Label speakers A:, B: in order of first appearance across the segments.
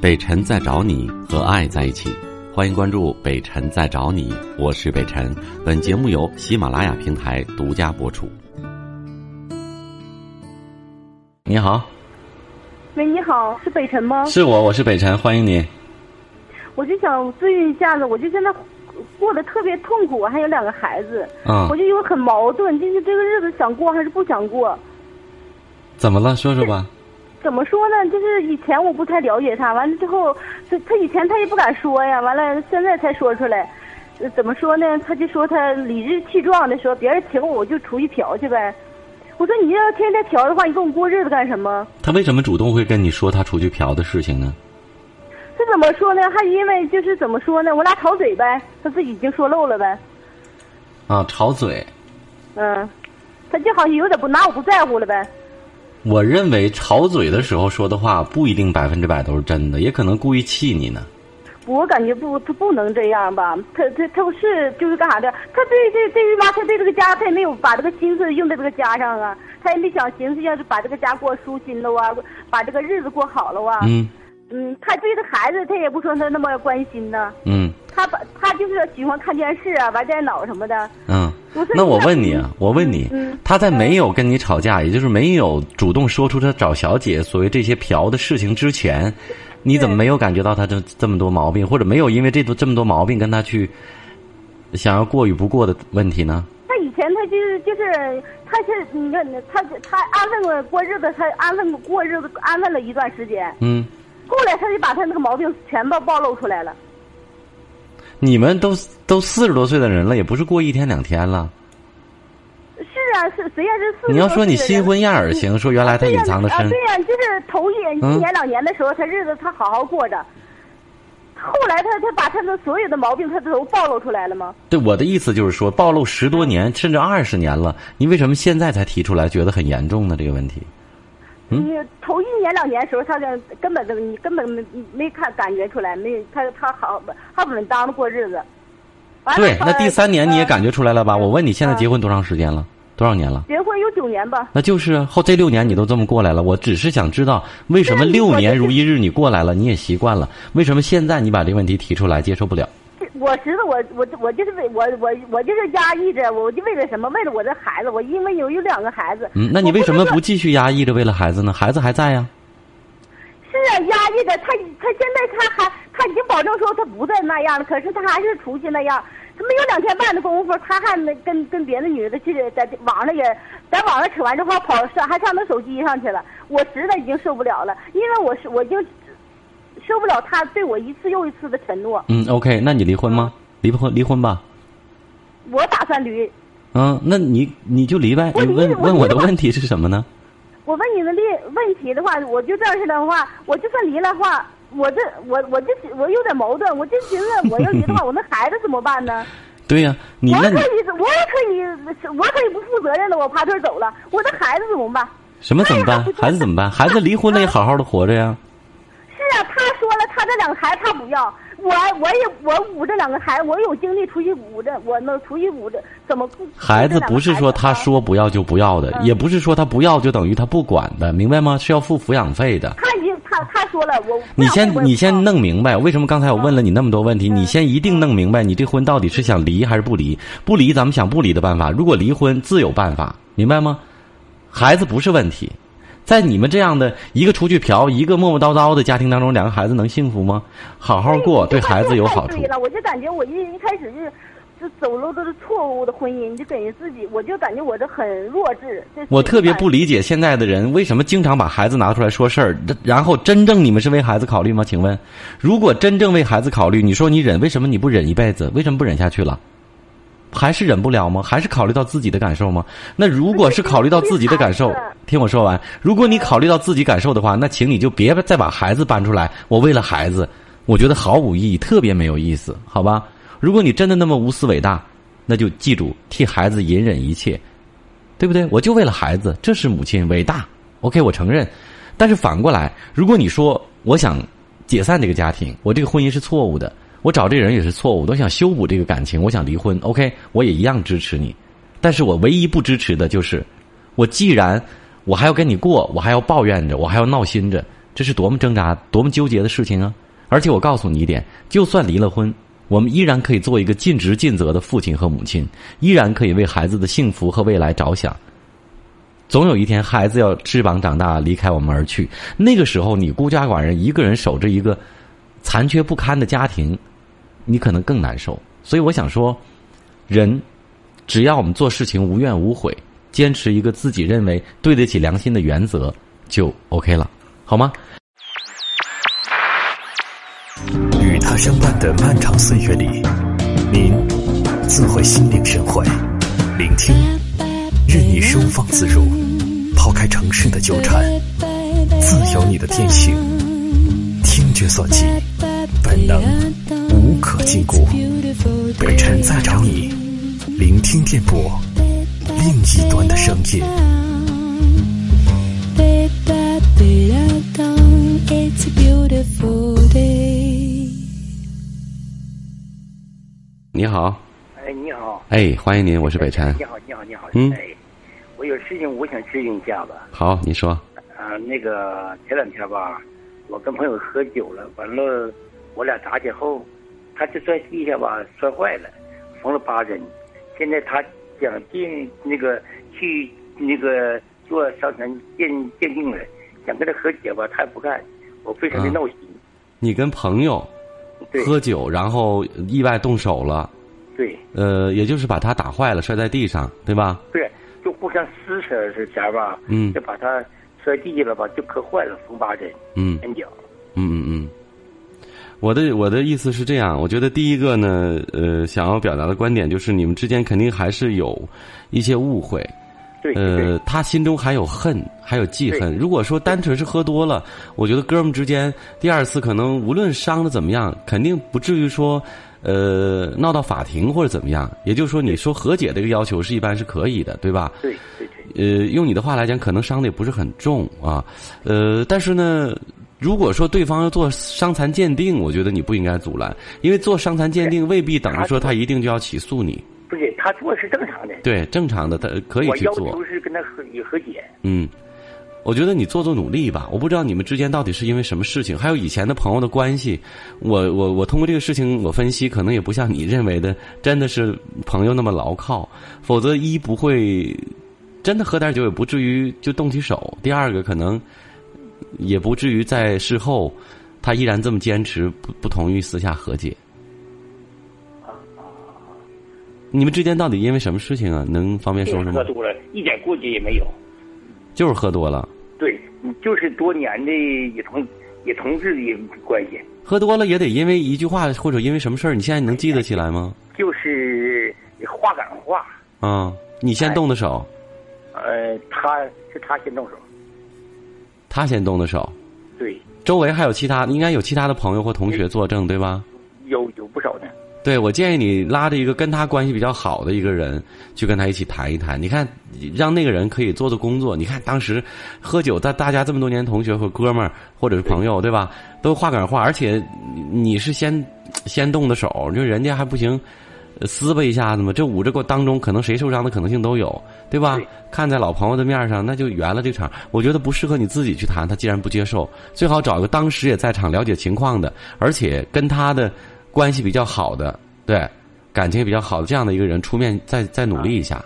A: 北辰在找你和爱在一起，欢迎关注北辰在找你，我是北辰。本节目由喜马拉雅平台独家播出。你好，
B: 喂，你好，是北辰吗？
A: 是我，我是北辰，欢迎你。
B: 我就想咨询一下子，我就现在过得特别痛苦，我还有两个孩子，
A: 啊
B: 我，就有很矛盾，就是这个日子想过还是不想过？
A: 怎么了？说说吧。
B: 怎么说呢？就是以前我不太了解他，完了之后，他他以前他也不敢说呀，完了现在才说出来。呃怎么说呢？他就说他理直气壮的说，别人请我我就出去嫖去呗。我说你要天天嫖的话，你跟我过日子干什么？
A: 他为什么主动会跟你说他出去嫖的事情呢？
B: 这怎么说呢？还因为就是怎么说呢？我俩吵嘴呗，他自己已经说漏了呗。
A: 啊，吵嘴。
B: 嗯，他就好像有点不拿我不在乎了呗。
A: 我认为吵嘴的时候说的话不一定百分之百都是真的，也可能故意气你呢。
B: 我感觉不，他不能这样吧？他他他是就是干啥的？他对这对于吧，他对这个家，他也没有把这个心思用在这个家上啊，他也没想寻思要是把这个家过舒心了啊，把这个日子过好了啊。
A: 嗯
B: 嗯，他对这孩子，他也不说他那么关心呢。
A: 嗯
B: 他把他就是喜欢看电视啊，玩电脑什么的。
A: 嗯。
B: 我说
A: 那我问你啊，我问你
B: 嗯，
A: 他在没有跟你吵架，也就是没有主动说出他找小姐所谓这些嫖的事情之前，你怎么
B: 对
A: 没有感觉到他这这么多毛病，或者没有因为这多这么多毛病跟他去想要过与不过的问题呢？
B: 他以前他就是就是他是你看他他安分过过日子，他安分过日子安分了一段时间，
A: 嗯，
B: 后来他就把他那个毛病全都暴露出来了。
A: 你们都都四十多岁的人了，也不是过一天两天了。
B: 是啊，是谁呀？这四十多岁的人
A: 你要说你新婚燕尔型，说原来他隐藏的
B: 啊
A: 深
B: 对，呀、啊对呀就是头一一
A: 嗯
B: 年两年的时候，他日子他好好过着，后来他他把他的所有的毛病他都暴露出来了吗？
A: 对我的意思就是说，暴露十多年甚至二十年了，你为什么现在才提出来，觉得很严重呢？这个问题？嗯
B: 你头一年两年的时候，他就根本就你根本没没看感觉出来，没他他好还稳当的过日子。完了
A: 对，那第三年你也感觉出来了吧？
B: 嗯
A: 我问你，现在结婚多长时间了？多少年了？
B: 结婚有九年吧？
A: 那就是啊后这六年你都这么过来了。我只是想知道，为什
B: 啊
A: 么六年如一日你过来了，你也习惯了，为什么现在你把这问题提出来，接受不了？
B: 这我知道我我我就是为我我我就是压抑着，我就为了什么？为了我的孩子，我因为有有两个孩子。
A: 嗯，那你
B: 我
A: 为什么
B: 是
A: 不继续压抑着为了孩子呢？孩子还在呀、
B: 是啊，压抑的他，他现在他还他已经保证说他不再那样了，可是他还是出去那样。他没有两天半的功夫，他还没跟跟别的女的去在网上也在网上扯完之后跑上还上他手机上去了。我实在已经受不了了，因为我是我已经受不了他对我一次又一次的承诺。
A: 嗯，OK，那你离婚
B: 嗯
A: 吗？离不婚离婚吧。
B: 我打算离。
A: 嗯，那你你就离呗。
B: 我
A: 你问
B: 离我
A: 问我的
B: 离吧
A: 问题是什么呢？
B: 我问你的例问题的话，我就这样式的话，我就算离了话，我这我我就我有点矛盾，我就寻思我要离的话，我那孩子怎么办呢？
A: 对呀、你
B: 我
A: 那你
B: 可以，我也可以，我可以不负责任的，我爬腿走了，我的孩子怎么办？
A: 什么怎 么办
B: 哎呀？
A: 孩子怎么办？孩子离婚了也好好的活着呀。
B: 是啊，他说了，他这两个孩子他不要，我我也我捂着两个孩子，我有精力出去捂着，我能出去捂着，怎么顾？
A: 孩子不是说他
B: 啊，
A: 说不要就不要的，
B: 嗯
A: 也不是说他不要就等于他不管的，明白吗？是要付抚养费的。
B: 他已经他他说了，我
A: 你先
B: 我也不
A: 你先
B: 要
A: 弄明白，为什么刚才我问了你那么多问题？你先一定弄明白，你这婚到底是想离还是不离？不离，咱们想不离的办法。如果离婚，自有办法，明白吗？孩子不是问题，在你们这样的一个出去嫖，一个磨磨叨叨的家庭当中，两个孩子能幸福吗？好好过，对孩子有好
B: 太
A: 处
B: 对。了，我就感觉我一一开始就是就走入都是错误的婚姻，就感觉自己，我就感觉我这很弱智。这
A: 我特别不
B: 理。
A: 理解现在的人为什么经常把孩子拿出来说事儿，然后真正你们是为孩子考虑吗？请问，如果真正为孩子考虑，你说你忍，为什么你不忍一辈子？为什么不忍下去了？还是忍不了吗？还是考虑到自己的感受吗？那如果是考虑到自己的感受
B: 不是因为孩子，
A: 听我说完，如果你考虑到自己感受的话，那请你就别再把孩子搬出来。我为了孩子，我觉得毫无意义，特别没有意思，好吧？如果你真的那么无私伟大，那就记住替孩子隐忍一切，对不对？我就为了孩子，这是母亲伟大。OK，我承认。但是反过来，如果你说我想解散这个家庭，我这个婚姻是错误的，我找这人也是错误的，我想修补这个感情，我想离婚，OK，我也一样支持你。但是我唯一不支持的就是，我既然我还要跟你过，我还要抱怨着，我还要闹心着，这是多么挣扎、多么纠结的事情啊！而且我告诉你一点，就算离了婚，我们依然可以做一个尽职尽责的父亲和母亲，依然可以为孩子的幸福和未来着想。总有一天，孩子要翅膀长大，离开我们而去。那个时候，你孤家寡人，一个人守着一个残缺不堪的家庭，你可能更难受。所以，我想说，人只要我们做事情无怨无悔，坚持一个自己认为对得起良心的原则，就 OK 了，好吗？
C: 与他相伴的漫长岁月里，您自会心领神会，聆听，任你收放自如，抛开城市的纠缠，自由你的天性，听觉所及，本能无可禁锢。北辰在找你，聆听电波，另一端的声音。
D: It's a beautiful day.
A: 你好，
E: 哎，你好，
A: 哎，欢迎您，我是北辰
E: 你。好，你好，你好，
A: 嗯
E: 哎，我有事情我想咨询一下子。
A: 好，您说，
E: 啊、那个前两天吧，我跟朋友喝酒了，完了我俩打起后，他就摔地下吧，摔坏了，缝了八针。现在他想进那个去那个做伤残鉴鉴定了，想跟他和解吧，他也不干，我非常的
A: 啊
E: 闹心。
A: 你跟朋友
E: 对
A: 喝酒，然后意外动手了，
E: 对
A: 呃，也就是把他打坏了，摔在地上，对吧？
E: 对，就互相撕扯之前吧，
A: 嗯
E: 就把他摔地下了吧，就磕坏了，缝八针，
A: 嗯
E: 针脚。
A: 嗯嗯嗯。我的我的意思是这样，我觉得第一个呢，呃，想要表达的观点就是，你们之间肯定还是有一些误会，
E: 对对。
A: 呃，他心中还有恨，还有记恨。如果说单纯是喝多了，我觉得哥们之间第二次可能无论伤的怎么样，肯定不至于说呃闹到法庭或者怎么样。也就是说，你说和解这个要求是一般是可以的，对吧？
E: 对对对，
A: 呃，用你的话来讲，可能伤的也不是很重啊，呃，但是呢，如果说对方要做伤残鉴定，我觉得你不应该阻拦，因为做伤残鉴定未必等于说他一定就要起诉你。
E: 不是他做是正常的，
A: 对，正常的他可以
E: 我
A: 去
E: 要
A: 做
E: 求。是跟他和和解。
A: 嗯，我觉得你做做努力吧。我不知道你们之间到底是因为什么事情，还有以前的朋友的关系。我我我通过这个事情，我分析可能也不像你认为的，真的是朋友那么牢靠。否则一不会真的喝点酒，也不至于就动起手；第二个可能也不至于在事后他依然这么坚持，不不同意私下和解。你们之间到底因为什么事情啊？能方便说说
E: 喝
A: 吗？
E: 多了，一点过节也没有。
A: 就是喝多了。
E: 对，嗯就是多年的也同也同志的关系，
A: 喝多了也得因为一句话或者因为什么事儿，你现在能记得起来吗？
E: 就是话赶话。
A: 啊、你先动的手，
E: 呃，他是他先动手，
A: 他先动的手，
E: 对，
A: 周围还有其他，应该有其他的朋友或同学作证，对吧？
E: 有有不少呢。
A: 对，我建议你拉着一个跟他关系比较好的一个人，去跟他一起谈一谈。你看，让那个人可以做做工作。你看当时喝酒，大大家这么多年同学和哥们儿或者是朋友，对吧？都话赶话，而且你你是先 先动的手，就人家还不行，呃撕巴一下子嘛。这捂着过当中，可能谁受伤的可能性都有，对吧？
E: 对
A: 看在老朋友的面上，那就圆了这场。我觉得不适合你自己去谈，他既然不接受，最好找一个当时也在场了解情况的，而且跟他的关系比较好的，对，感情也比较好的这样的一个人出面再再努力一下。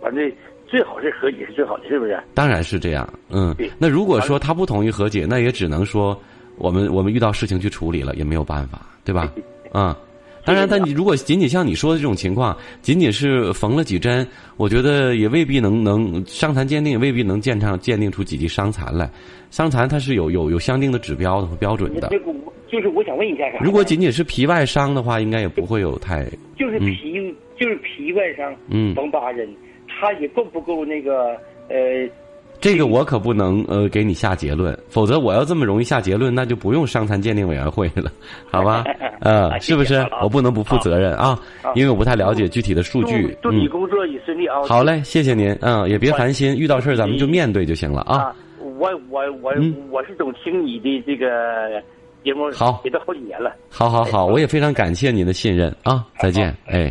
E: 完了，最好是和解是最好的，是不是？
A: 当然是这样，嗯
E: 对。
A: 那如果说他不同意和解，那也只能说我们我们遇到事情去处理了，也没有办法，对吧？啊、当然，但你如果仅仅像你说的这种情况，仅仅是缝了几针，我觉得也未必能能伤残鉴定，也未必能鉴上鉴定出几级伤残来。伤残它是有有有相应的指标的和标准的
E: 那。个我就是我想问一下啥呢？
A: 如果仅仅是皮外伤的话，应该也不会有太
E: 就是皮、就是皮外伤，
A: 嗯
E: 缝八针，他也够不够那个呃
A: 这个我可不能呃给你下结论，否则我要这么容易下结论，那就不用伤残鉴定委员会 了，好吧？嗯、
E: 啊谢谢
A: 是不是
E: 好了？啊
A: 我不能不负责任啊，因为我不太了解具体的数据。
E: 祝祝你
A: 嗯，
E: 工作也顺利啊！
A: 好嘞，谢谢您。嗯，也别烦心，遇到事儿咱们就面对就行了啊。
E: 啊，我我我、
A: 嗯
E: 我是总听你的这个节目，
A: 好
E: 也都好几年了。
A: 好好好，我也非常感谢您的信任啊，再见，哎。